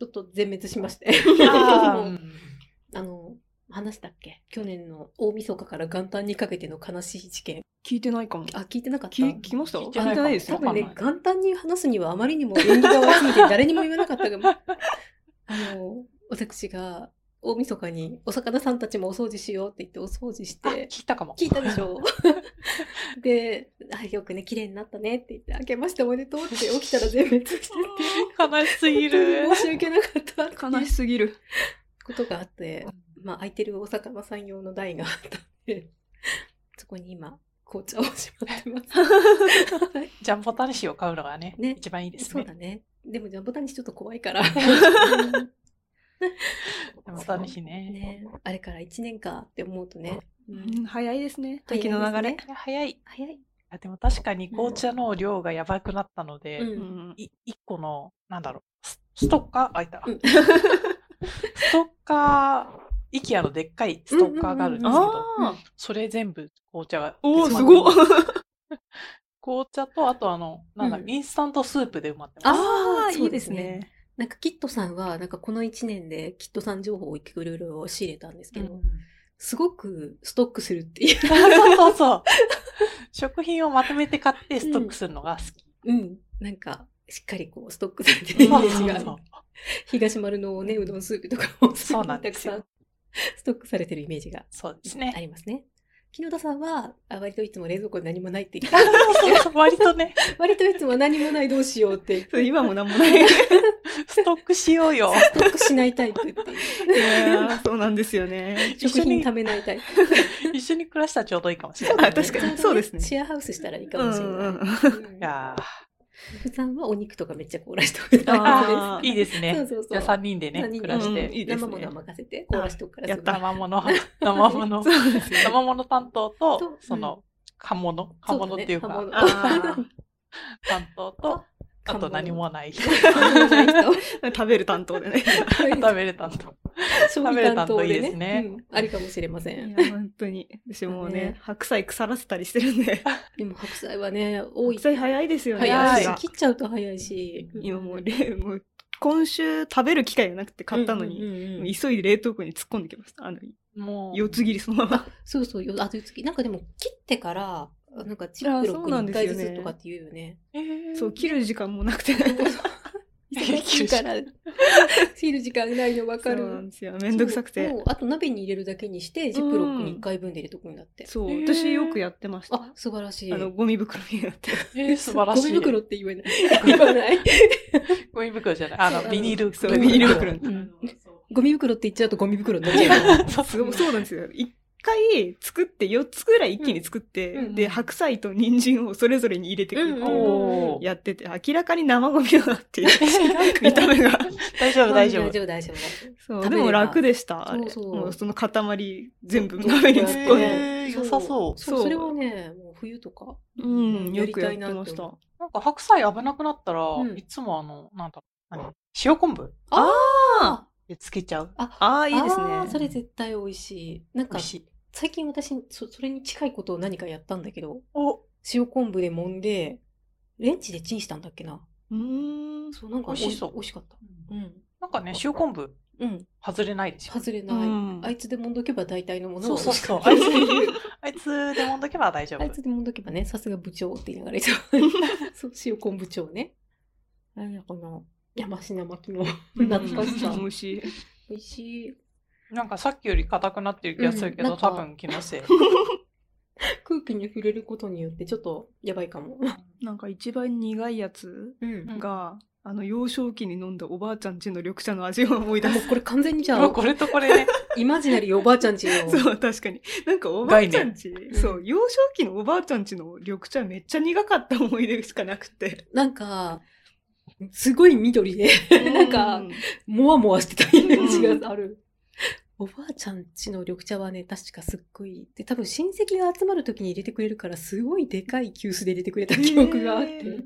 [SPEAKER 1] ちょっと全滅しまして。
[SPEAKER 2] あ
[SPEAKER 1] もう
[SPEAKER 2] ー
[SPEAKER 1] あの、話したっけ去年の大晦日から元旦にかけての悲しい事件。
[SPEAKER 3] 聞いてないかも。
[SPEAKER 1] あ、聞いてなかった
[SPEAKER 3] 聞聞きました
[SPEAKER 2] 聞
[SPEAKER 3] 聞
[SPEAKER 2] い
[SPEAKER 3] い
[SPEAKER 2] て
[SPEAKER 3] て
[SPEAKER 2] ないかも
[SPEAKER 3] ないです
[SPEAKER 1] 多
[SPEAKER 3] よ。
[SPEAKER 1] 分
[SPEAKER 2] わ
[SPEAKER 1] ね、
[SPEAKER 2] かん
[SPEAKER 1] 元旦に話すにはあまりにも縁起が悪すぎて 誰にも言 わなかったが、あの、私が大晦日にお魚さんたちもお掃除しようって言ってお掃除し
[SPEAKER 2] あ、
[SPEAKER 1] て、
[SPEAKER 2] 聞いたかも。
[SPEAKER 1] 聞いたでしょ であ、よくね、綺麗になったねって言って、明けましておめでとうって起きたら全滅してて、
[SPEAKER 2] 悲しすぎ
[SPEAKER 1] 本
[SPEAKER 2] る
[SPEAKER 1] 当に。申し訳なかったって
[SPEAKER 3] 悲
[SPEAKER 1] いう
[SPEAKER 3] しすぎる。
[SPEAKER 1] ことがあって、まあ空いてるお魚さん用の台があったんで、 そこに今、紅茶をしまってます。はい
[SPEAKER 2] ジャンボタニシを買うのがね、
[SPEAKER 1] ね
[SPEAKER 2] 一番いいです
[SPEAKER 1] そう
[SPEAKER 2] ね
[SPEAKER 1] だ。ね。でもジャンボタニシちょっと怖いから。
[SPEAKER 2] ジャンボタニシね。
[SPEAKER 1] ね、あれから1年かって思うとね。
[SPEAKER 3] うん早いですね。時の流れ。
[SPEAKER 2] いや早い。
[SPEAKER 1] 早い。
[SPEAKER 2] あでも確かに紅茶の量がやばくなったので、
[SPEAKER 1] う。
[SPEAKER 3] うんん
[SPEAKER 2] い1個の、なんだろう、スストッカー、あ、いた。
[SPEAKER 1] うん
[SPEAKER 2] ストッカー、イケアのでっかいストッカーがあるんですけど、
[SPEAKER 1] うんうんうん
[SPEAKER 3] ああ
[SPEAKER 2] それ全部紅茶が。
[SPEAKER 3] おお、す
[SPEAKER 2] い
[SPEAKER 3] ごっ。
[SPEAKER 2] 紅茶と、あとあの、なんだ、
[SPEAKER 1] うん
[SPEAKER 2] インスタントスープで埋まってます。
[SPEAKER 1] あ
[SPEAKER 3] あ
[SPEAKER 1] あ、
[SPEAKER 3] あ、
[SPEAKER 1] そ
[SPEAKER 3] いう
[SPEAKER 1] で
[SPEAKER 3] いですす
[SPEAKER 1] ね。
[SPEAKER 3] ね。
[SPEAKER 1] なんかキットさんは、なんかこの1年でキットさん情報をいろいろ仕入れたんですけど、
[SPEAKER 2] うん
[SPEAKER 1] すごくストックするっていう。
[SPEAKER 2] そうそうそう。食品をまとめて買ってストックするのが好き。
[SPEAKER 1] うん。なんか、しっかりこう、ストックされてるイメージがある
[SPEAKER 2] そうそうそう
[SPEAKER 1] 東丸のね、うどんスープとかも、
[SPEAKER 2] そうなんですよ
[SPEAKER 1] たくさんストックされてるイメージが
[SPEAKER 2] そうです
[SPEAKER 1] あ
[SPEAKER 2] ね。
[SPEAKER 1] りますね。木野田さんは、あ割といつも冷蔵庫に何もないって言っ
[SPEAKER 2] そ
[SPEAKER 1] て、
[SPEAKER 2] うそうそう割とね、
[SPEAKER 1] 割といつも何もないどうしようって、
[SPEAKER 3] そう今もな んもない。い
[SPEAKER 2] ストックしようよ。
[SPEAKER 1] ストックしないタイプっていう。
[SPEAKER 3] やーそうなんですよね。
[SPEAKER 2] 一
[SPEAKER 1] 食
[SPEAKER 2] 緒
[SPEAKER 1] 品
[SPEAKER 2] に
[SPEAKER 1] 貯、めないタイプ。
[SPEAKER 2] 一緒に暮らしたらちょうどいいかもしれない、
[SPEAKER 3] あ確かに
[SPEAKER 1] ちょど
[SPEAKER 3] そうですね
[SPEAKER 1] シェアハウスしたらいいか
[SPEAKER 3] う
[SPEAKER 1] も
[SPEAKER 3] ん
[SPEAKER 1] しれ
[SPEAKER 3] う
[SPEAKER 1] ない
[SPEAKER 3] ん。
[SPEAKER 1] うん
[SPEAKER 2] いや
[SPEAKER 1] ふさんはお肉とかめっちゃ凍らしておくタイプ
[SPEAKER 3] あ
[SPEAKER 2] ーいいです
[SPEAKER 1] そ
[SPEAKER 2] ね
[SPEAKER 1] う。そうそう
[SPEAKER 2] じゃあ3人でね、
[SPEAKER 1] 三人
[SPEAKER 2] 暮
[SPEAKER 1] で
[SPEAKER 2] らし
[SPEAKER 3] うん
[SPEAKER 2] て。
[SPEAKER 3] いいですね
[SPEAKER 1] 生ものは任せて凍らしとくから
[SPEAKER 3] やった
[SPEAKER 2] 生物、生物、
[SPEAKER 3] そうですね。
[SPEAKER 2] 生物担当と
[SPEAKER 1] と、
[SPEAKER 2] その、刃物、刃
[SPEAKER 1] そうだ
[SPEAKER 2] 物っ
[SPEAKER 1] ね
[SPEAKER 2] ていうか、
[SPEAKER 1] 刃物
[SPEAKER 3] あ
[SPEAKER 2] 担当と、あと何もない人。
[SPEAKER 3] ー 食べる担当でね。
[SPEAKER 2] 食べる担当。
[SPEAKER 1] 食
[SPEAKER 2] 食
[SPEAKER 1] べ
[SPEAKER 2] べる
[SPEAKER 1] 担
[SPEAKER 2] 担
[SPEAKER 1] 当
[SPEAKER 2] 当
[SPEAKER 1] で
[SPEAKER 2] い
[SPEAKER 1] ね
[SPEAKER 2] いですね
[SPEAKER 1] うんありかもしれませ
[SPEAKER 3] い
[SPEAKER 1] ん
[SPEAKER 3] や本当に。私もう
[SPEAKER 1] ね
[SPEAKER 3] ね、白菜腐らせたりしてるんで。
[SPEAKER 1] でも白菜はね多い
[SPEAKER 3] 白菜早いですよね。
[SPEAKER 1] 早い
[SPEAKER 3] 足が
[SPEAKER 1] し切っちゃうと早いし
[SPEAKER 3] 今もう れ、もう今週食べる機会がなくて買ったの
[SPEAKER 1] う
[SPEAKER 3] に、
[SPEAKER 1] んうんうんうん
[SPEAKER 3] もう急いで冷凍庫に突っ込んできました。あの、
[SPEAKER 2] もう、
[SPEAKER 3] 四つ切りそのまま。
[SPEAKER 1] そうそうよあと次なんかでも切ってからなんかチップロックに一回ずつとかって言うよね
[SPEAKER 2] えー
[SPEAKER 3] そう、切る時間もなくて。
[SPEAKER 1] 忙 しいから 切る時間ないの分か
[SPEAKER 3] そうなん
[SPEAKER 1] る
[SPEAKER 3] ですよ。めんどくさくて
[SPEAKER 1] そう。もうあと鍋に入れるだけにしてジップロックに一回分で入れとくんだって
[SPEAKER 3] そう、
[SPEAKER 2] へー
[SPEAKER 3] 私よくやってました。
[SPEAKER 1] あ
[SPEAKER 3] あ
[SPEAKER 1] 素晴らしい
[SPEAKER 3] の、ゴミ袋になって。
[SPEAKER 2] えー素晴らしい。
[SPEAKER 1] ゴミ袋って言えない。言わ ない。
[SPEAKER 2] ゴミ袋じゃない。あ
[SPEAKER 1] そうあ
[SPEAKER 2] の、
[SPEAKER 1] の
[SPEAKER 2] ビニール
[SPEAKER 3] そう、ビニール袋に
[SPEAKER 1] う
[SPEAKER 3] なっ
[SPEAKER 1] んゴミ袋って言っちゃうとゴミ袋になっちゃう。
[SPEAKER 3] て。すごいそうなんですよ。一回作って、四つぐらい一気に作って、
[SPEAKER 1] うんうん
[SPEAKER 3] で、白菜と人参をそれぞれに入れてく
[SPEAKER 1] うん
[SPEAKER 3] る
[SPEAKER 1] う
[SPEAKER 3] っ
[SPEAKER 1] ん
[SPEAKER 3] ていう
[SPEAKER 2] おー
[SPEAKER 3] やってて、明らかに生ゴミだなっ ていう 見た目が。
[SPEAKER 2] 大丈夫、大丈
[SPEAKER 1] 大
[SPEAKER 2] 夫。
[SPEAKER 1] 丈夫、大丈夫。
[SPEAKER 3] そ
[SPEAKER 1] 食
[SPEAKER 3] う、
[SPEAKER 1] べ
[SPEAKER 3] で
[SPEAKER 1] れば
[SPEAKER 3] も楽でした。あれ
[SPEAKER 1] そうそう
[SPEAKER 3] もうその塊全部鍋に突っ
[SPEAKER 1] 丈夫
[SPEAKER 3] 込んで。
[SPEAKER 2] えー良さそう。
[SPEAKER 1] そう、それはね、もう冬とか。
[SPEAKER 3] うん、
[SPEAKER 1] や
[SPEAKER 3] よ
[SPEAKER 1] り
[SPEAKER 3] く
[SPEAKER 1] た
[SPEAKER 3] やっ
[SPEAKER 1] い
[SPEAKER 3] て
[SPEAKER 1] なって思う
[SPEAKER 3] ました。
[SPEAKER 2] なんか白菜危なくなったら、
[SPEAKER 1] うん
[SPEAKER 2] いつもあの、なんだろう、何塩昆布
[SPEAKER 1] あ
[SPEAKER 2] でつけちゃう。
[SPEAKER 3] ああ、
[SPEAKER 1] あ
[SPEAKER 3] いいです
[SPEAKER 1] あーそ
[SPEAKER 3] ね。
[SPEAKER 1] れ絶対美味しい。なん
[SPEAKER 2] 美
[SPEAKER 1] か
[SPEAKER 2] 味、しい。
[SPEAKER 1] 最近私そ、それに近いことを何かやったんだけど、
[SPEAKER 2] お、
[SPEAKER 1] 塩昆布で揉んで、レンジでチンしたんだっけな。
[SPEAKER 3] うーん。
[SPEAKER 1] そう、なんか
[SPEAKER 2] 美味しそう
[SPEAKER 1] 美味しかった。うん。
[SPEAKER 2] なんかね、塩昆布
[SPEAKER 1] うん。
[SPEAKER 2] 外れないですよ。
[SPEAKER 1] 外れ
[SPEAKER 3] う
[SPEAKER 1] なんい。あいつで揉んどけば大体のもの
[SPEAKER 2] そ
[SPEAKER 1] を
[SPEAKER 2] うそうそう。
[SPEAKER 1] 美
[SPEAKER 2] あい
[SPEAKER 1] 味
[SPEAKER 2] つ
[SPEAKER 1] しかった、
[SPEAKER 2] あいつでもんどけば大丈
[SPEAKER 1] あ
[SPEAKER 2] 夫
[SPEAKER 1] い。つでもどけばね、さすが部長って言いながらい つもそう、塩昆布長ね。なんやこの、山科巻き の懐かしさ
[SPEAKER 3] うん。美味しい。
[SPEAKER 1] 美味しい。
[SPEAKER 2] なんかさっきより硬くなってる気がするけ
[SPEAKER 1] うんな
[SPEAKER 2] ど、
[SPEAKER 1] んか
[SPEAKER 2] 多分気のせい。
[SPEAKER 1] 空気に触れることによってちょっとやばいかも。
[SPEAKER 3] なんか一番苦いやつ
[SPEAKER 1] うん。も
[SPEAKER 3] が、あの、幼少期に飲んだおばあちゃんちの緑茶の味を思い出
[SPEAKER 1] う
[SPEAKER 3] す。
[SPEAKER 1] これ完 全にじゃ
[SPEAKER 2] もう
[SPEAKER 1] あ、
[SPEAKER 2] これとこ れね。
[SPEAKER 1] イマジナリーおばあちゃんちの。
[SPEAKER 3] そう、確かに。なんかおばあちゃんち
[SPEAKER 1] 念、
[SPEAKER 3] そうう、幼少期のおばあちゃんちの緑茶めっちゃ苦かった思い出しかなくて。
[SPEAKER 1] なんか、すごい緑で、なんか
[SPEAKER 3] う、
[SPEAKER 1] もわもわしてたイメージがある。おばあちゃんちの緑茶はね、確かすっごい。で、多分親戚が集まるときに入れてくれるから、すごいでかい急須で入れてくれた記憶があって。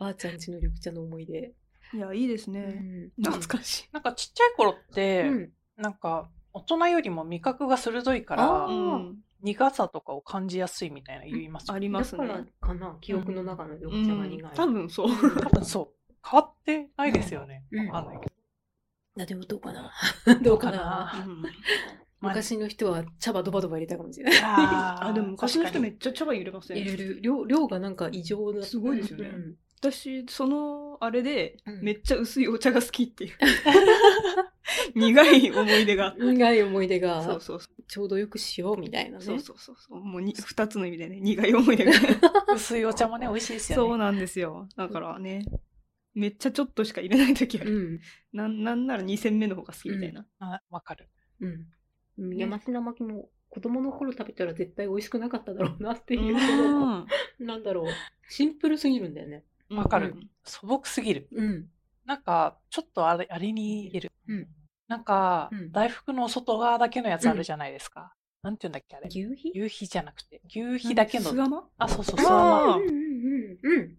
[SPEAKER 1] ばあちゃんちの緑茶の思い出。
[SPEAKER 3] いや、いいです
[SPEAKER 1] う
[SPEAKER 3] ね。
[SPEAKER 1] ん。
[SPEAKER 3] 懐かしい。
[SPEAKER 2] なんかちっちゃい頃って、
[SPEAKER 1] うん
[SPEAKER 2] なんか大人よりも味覚が鋭いか
[SPEAKER 1] あ
[SPEAKER 2] ら
[SPEAKER 1] ー、
[SPEAKER 3] うん
[SPEAKER 2] 苦さとかを感じやすいみたいな言いますよ
[SPEAKER 3] あ
[SPEAKER 2] ね。
[SPEAKER 3] り
[SPEAKER 1] だ
[SPEAKER 3] ます
[SPEAKER 1] か
[SPEAKER 3] ね。
[SPEAKER 1] らかな、記憶の中の
[SPEAKER 3] う
[SPEAKER 1] 緑茶が苦い。
[SPEAKER 3] ん、多分そう。
[SPEAKER 2] 多分そう。変わってないですよね。
[SPEAKER 1] うん
[SPEAKER 2] わかんないけど。
[SPEAKER 1] いやでもどうかな。どうかな。
[SPEAKER 2] まあ
[SPEAKER 1] 昔の人は茶葉ドバドバ入れたかもしれない。
[SPEAKER 3] あ、でも昔の人め
[SPEAKER 2] ち
[SPEAKER 3] っちゃ茶葉入れません。
[SPEAKER 1] 入れる量量がなんか異常な。
[SPEAKER 3] すごいですよね
[SPEAKER 1] うん
[SPEAKER 3] 私、その、あれで、
[SPEAKER 1] うん
[SPEAKER 3] めっちゃ薄いお茶が好きっ ていう。苦い思い出が。
[SPEAKER 1] 苦い思い出
[SPEAKER 3] そ
[SPEAKER 1] が
[SPEAKER 3] うそうそ
[SPEAKER 1] ちょうどよくしようみたいな
[SPEAKER 3] う。
[SPEAKER 1] ね。
[SPEAKER 3] そうそうそうそう。もうに二つの意味でね、苦い思い出が。
[SPEAKER 2] ゃ。薄いお茶もね、美味しいですよね。
[SPEAKER 3] そうなんですよ。だからね、めっちゃちょっとしか入れないときあ
[SPEAKER 1] う
[SPEAKER 3] る。
[SPEAKER 1] ん。
[SPEAKER 3] なん、なんなら2煎目の方が好きみたいな。
[SPEAKER 2] あわかる。
[SPEAKER 1] うん。
[SPEAKER 3] ね
[SPEAKER 1] 山科巻きも子供の頃食べたら絶対美味しくなかっただろうなっていううけど、
[SPEAKER 3] ん
[SPEAKER 1] なんだろう。シンプルすぎるんだよね。
[SPEAKER 2] わかる。
[SPEAKER 3] うん
[SPEAKER 2] 素朴すぎる。
[SPEAKER 1] うん。
[SPEAKER 2] なんか、ちょっとあれ、あれに似てる。
[SPEAKER 1] うん
[SPEAKER 2] なんか、
[SPEAKER 1] うん
[SPEAKER 2] 大福の外側だけのやつあるじゃないですか。なんて言うんだっけ、あれ。
[SPEAKER 1] 牛皮
[SPEAKER 2] 牛皮じゃなくて、牛皮だけの
[SPEAKER 3] 巣。鴨
[SPEAKER 2] あ、そうそう、
[SPEAKER 3] あー
[SPEAKER 2] そ
[SPEAKER 1] あ
[SPEAKER 2] う。
[SPEAKER 1] あ、うんうんうんうん。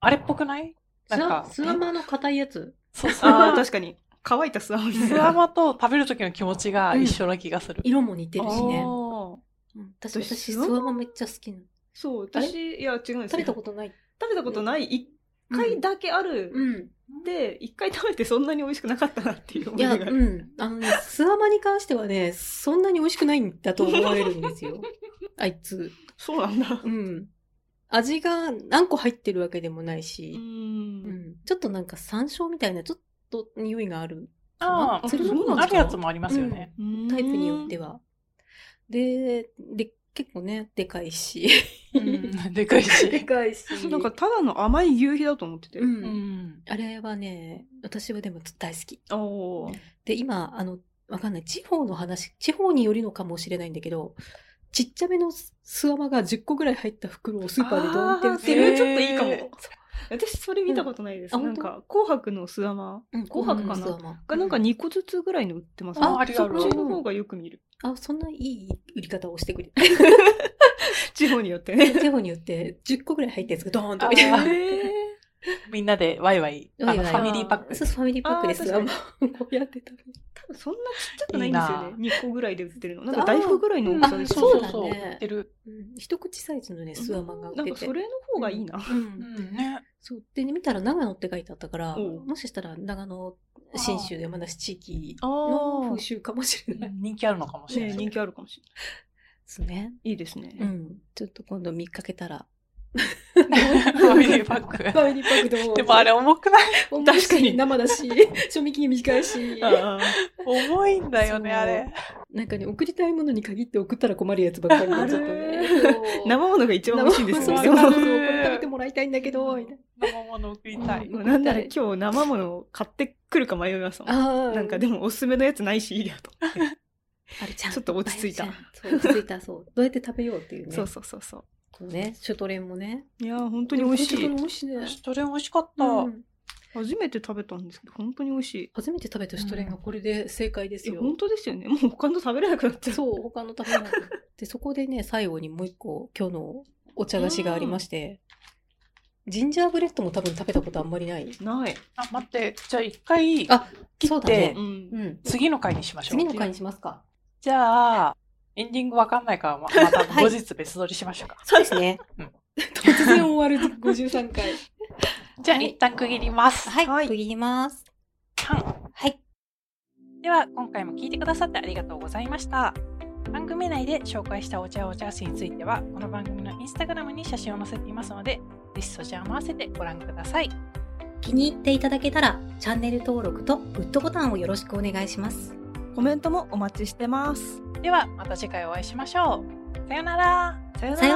[SPEAKER 2] あれっぽくないなんか、
[SPEAKER 1] スワマの硬いやつ。
[SPEAKER 2] そうそう。
[SPEAKER 3] ああ、確かに。乾いた巣鴨みたい
[SPEAKER 2] ス
[SPEAKER 3] な。
[SPEAKER 2] ワマと食べる時の気持ちが一緒な気がする。
[SPEAKER 1] 色も似てるしね。
[SPEAKER 3] あー
[SPEAKER 1] うん私、
[SPEAKER 3] 私
[SPEAKER 1] 私、ス
[SPEAKER 3] スワマ
[SPEAKER 1] ワマめっちゃ好きなの。
[SPEAKER 3] そう、
[SPEAKER 1] あれ
[SPEAKER 3] 私、いや、違うんです
[SPEAKER 1] 食べた
[SPEAKER 3] と
[SPEAKER 1] ことない。
[SPEAKER 3] 食べたことない、一回だけある。
[SPEAKER 1] うん。
[SPEAKER 3] で、一回食べてそんなに美味しくなかったなっていう思
[SPEAKER 1] い
[SPEAKER 3] い
[SPEAKER 1] や、
[SPEAKER 3] が
[SPEAKER 1] う。ん。あのね、スワマに関してはね、そんなに美味しくないんだと思われるんですよ。あいつ。
[SPEAKER 3] そうなんだ。。
[SPEAKER 1] うん。味が何個入ってるわけでもないし、うんん。ちょっとなんか山椒みたいな、ちょっと匂いがある
[SPEAKER 2] あ
[SPEAKER 3] あ
[SPEAKER 2] あ、
[SPEAKER 3] それも
[SPEAKER 2] うん
[SPEAKER 3] なん
[SPEAKER 2] あ
[SPEAKER 3] か
[SPEAKER 2] るやつもありますよね。
[SPEAKER 1] タイプによって
[SPEAKER 3] は。
[SPEAKER 1] は。で、で、結構ね、でかいし。
[SPEAKER 2] うん でかいし。
[SPEAKER 1] かい
[SPEAKER 3] 私
[SPEAKER 1] し
[SPEAKER 3] なんかただの甘い夕日だと思ってて。
[SPEAKER 1] う。
[SPEAKER 2] うんん。
[SPEAKER 1] あれはね、私はでも大好き。
[SPEAKER 3] おー
[SPEAKER 1] で、今、あの、わかんない。地方の話、地方によりのかもしれないんだけど、ちっちゃめのすすわまが10個ぐらい入った袋をスーパーでドンって売って
[SPEAKER 2] あ
[SPEAKER 1] る。
[SPEAKER 2] ー
[SPEAKER 3] それちょっといい
[SPEAKER 2] へ
[SPEAKER 3] か
[SPEAKER 2] ー
[SPEAKER 3] も。私それ見たことないです。
[SPEAKER 1] うんあ
[SPEAKER 3] なんか紅白の巣玉
[SPEAKER 1] うん
[SPEAKER 3] 紅白かな
[SPEAKER 1] 紅の
[SPEAKER 3] がなんか
[SPEAKER 1] うん
[SPEAKER 3] 2個ずつぐらいの売ってます、
[SPEAKER 2] ああるある
[SPEAKER 3] そっちの方がよく見る。
[SPEAKER 1] あ、そんないい売り方をしてくれ
[SPEAKER 3] 地方によってね。
[SPEAKER 1] 地方によって10個ぐらい入ったやつがドーンと
[SPEAKER 2] あ
[SPEAKER 1] み たいな。
[SPEAKER 2] みんなでワイワイ、あ
[SPEAKER 1] ワイ
[SPEAKER 2] の
[SPEAKER 1] ワイ
[SPEAKER 2] ファミリーパック。
[SPEAKER 1] そうそう、ファミリーパックです
[SPEAKER 3] あー
[SPEAKER 1] わまをこうやってた。
[SPEAKER 3] 多分そんなちっちゃくないんですよね。2個ぐらいで売ってるの。なんか大福ぐらいの
[SPEAKER 1] う
[SPEAKER 3] 大
[SPEAKER 1] ん
[SPEAKER 3] き
[SPEAKER 1] あ
[SPEAKER 3] さです
[SPEAKER 1] そうだね
[SPEAKER 2] 売ってる。
[SPEAKER 1] うん一口サイズのね、スワマが売って
[SPEAKER 3] なん
[SPEAKER 1] て。
[SPEAKER 3] かそれの方がいいな。
[SPEAKER 1] うん
[SPEAKER 2] うんね。
[SPEAKER 1] そう。で、見たら長野って書いてあったから、
[SPEAKER 3] おう
[SPEAKER 1] もししたら長野、信州、山梨地域
[SPEAKER 3] あ
[SPEAKER 1] の風
[SPEAKER 3] ー
[SPEAKER 1] 習かもしれない
[SPEAKER 2] 人気あるのかもしれ
[SPEAKER 3] ね
[SPEAKER 2] ない。
[SPEAKER 3] 人気あるかもしれ
[SPEAKER 1] ですね。
[SPEAKER 3] ない。いいですね。
[SPEAKER 1] うん。ちょっと今度見かけたら。
[SPEAKER 2] ファミリーパッ
[SPEAKER 1] ファ
[SPEAKER 2] ク。
[SPEAKER 1] ミリーパックどう
[SPEAKER 2] でもあれ、重くない
[SPEAKER 1] 重いし
[SPEAKER 3] 確かに
[SPEAKER 1] 生だし、賞味期限短いし。
[SPEAKER 3] ああ
[SPEAKER 2] 重いんだよね、
[SPEAKER 1] そう
[SPEAKER 2] あれ。
[SPEAKER 1] なんかね、送りたいものに限って送ったら困るやつばっかりになっちゃったね。そう
[SPEAKER 3] 生ものが一番美味しいんです
[SPEAKER 1] 生
[SPEAKER 3] よね。
[SPEAKER 1] そうそうそう
[SPEAKER 2] わか
[SPEAKER 1] こ
[SPEAKER 2] る
[SPEAKER 1] れ食べてもらいたいんだけど、みたい
[SPEAKER 2] 生もの送りたい。
[SPEAKER 1] う
[SPEAKER 3] なんなら今日生ものを買ってくるか迷いましたもん。
[SPEAKER 1] な。あ
[SPEAKER 3] なんかで
[SPEAKER 1] も、
[SPEAKER 3] もおすすめのやつないしいいやと。
[SPEAKER 1] あれちゃん
[SPEAKER 3] ちょっと落ち着いた
[SPEAKER 1] あれちゃんそう、落ち着いた、そう。どうやって食べようっていうね。
[SPEAKER 3] そうそうそうそ
[SPEAKER 1] こうね、シュトレンもね。
[SPEAKER 3] う。いやー本当に美味し
[SPEAKER 1] でも
[SPEAKER 3] い。
[SPEAKER 1] 美味しいね。
[SPEAKER 2] それ美味しかった。
[SPEAKER 1] うん
[SPEAKER 3] 初めて食べたんですけど本当に美味しい。
[SPEAKER 1] 初めて食べたシュトレンがこれで正解です
[SPEAKER 3] いや
[SPEAKER 1] よ。
[SPEAKER 3] 本当ですよね。もう他の食べれなくなっちゃう。
[SPEAKER 1] そう、他の食べ物。で、そこでね、最後にもう一個、今日のお茶菓子がありまして、ジンジャーブレッドも多分食べたことあんまりない。
[SPEAKER 3] ない。
[SPEAKER 2] あ、待って。じゃあ一回、
[SPEAKER 1] あ、
[SPEAKER 2] 切
[SPEAKER 1] そう
[SPEAKER 2] っ
[SPEAKER 1] だね
[SPEAKER 2] て
[SPEAKER 3] う、ん。
[SPEAKER 1] うん。
[SPEAKER 2] 次の回にしましょ
[SPEAKER 1] 次
[SPEAKER 2] う
[SPEAKER 1] の。回にしますか。
[SPEAKER 2] じゃあ、エンディングわかんないから、ままた
[SPEAKER 1] はい
[SPEAKER 2] 後日別撮りしましょうか。
[SPEAKER 1] そうですね。
[SPEAKER 2] うん
[SPEAKER 1] 突然終わる53回。
[SPEAKER 2] じゃあ、一旦区切ります。
[SPEAKER 1] はい、
[SPEAKER 3] はい
[SPEAKER 1] 区切ります。はい。
[SPEAKER 2] では今回も聞いてくださってありがとうございました番組内で紹介したお茶やお茶菓子についてはこの番組のインスタグラムに写真を載せていますのでぜひそちらも合わせてご覧ください
[SPEAKER 1] 気に入っていただけたら、チャンネル登録とグッドボタンをよろしくお願いします。
[SPEAKER 3] コメントもお待ちしてます。
[SPEAKER 2] ではまた次回お会いしましょうさようなら
[SPEAKER 3] さよう
[SPEAKER 1] さようなら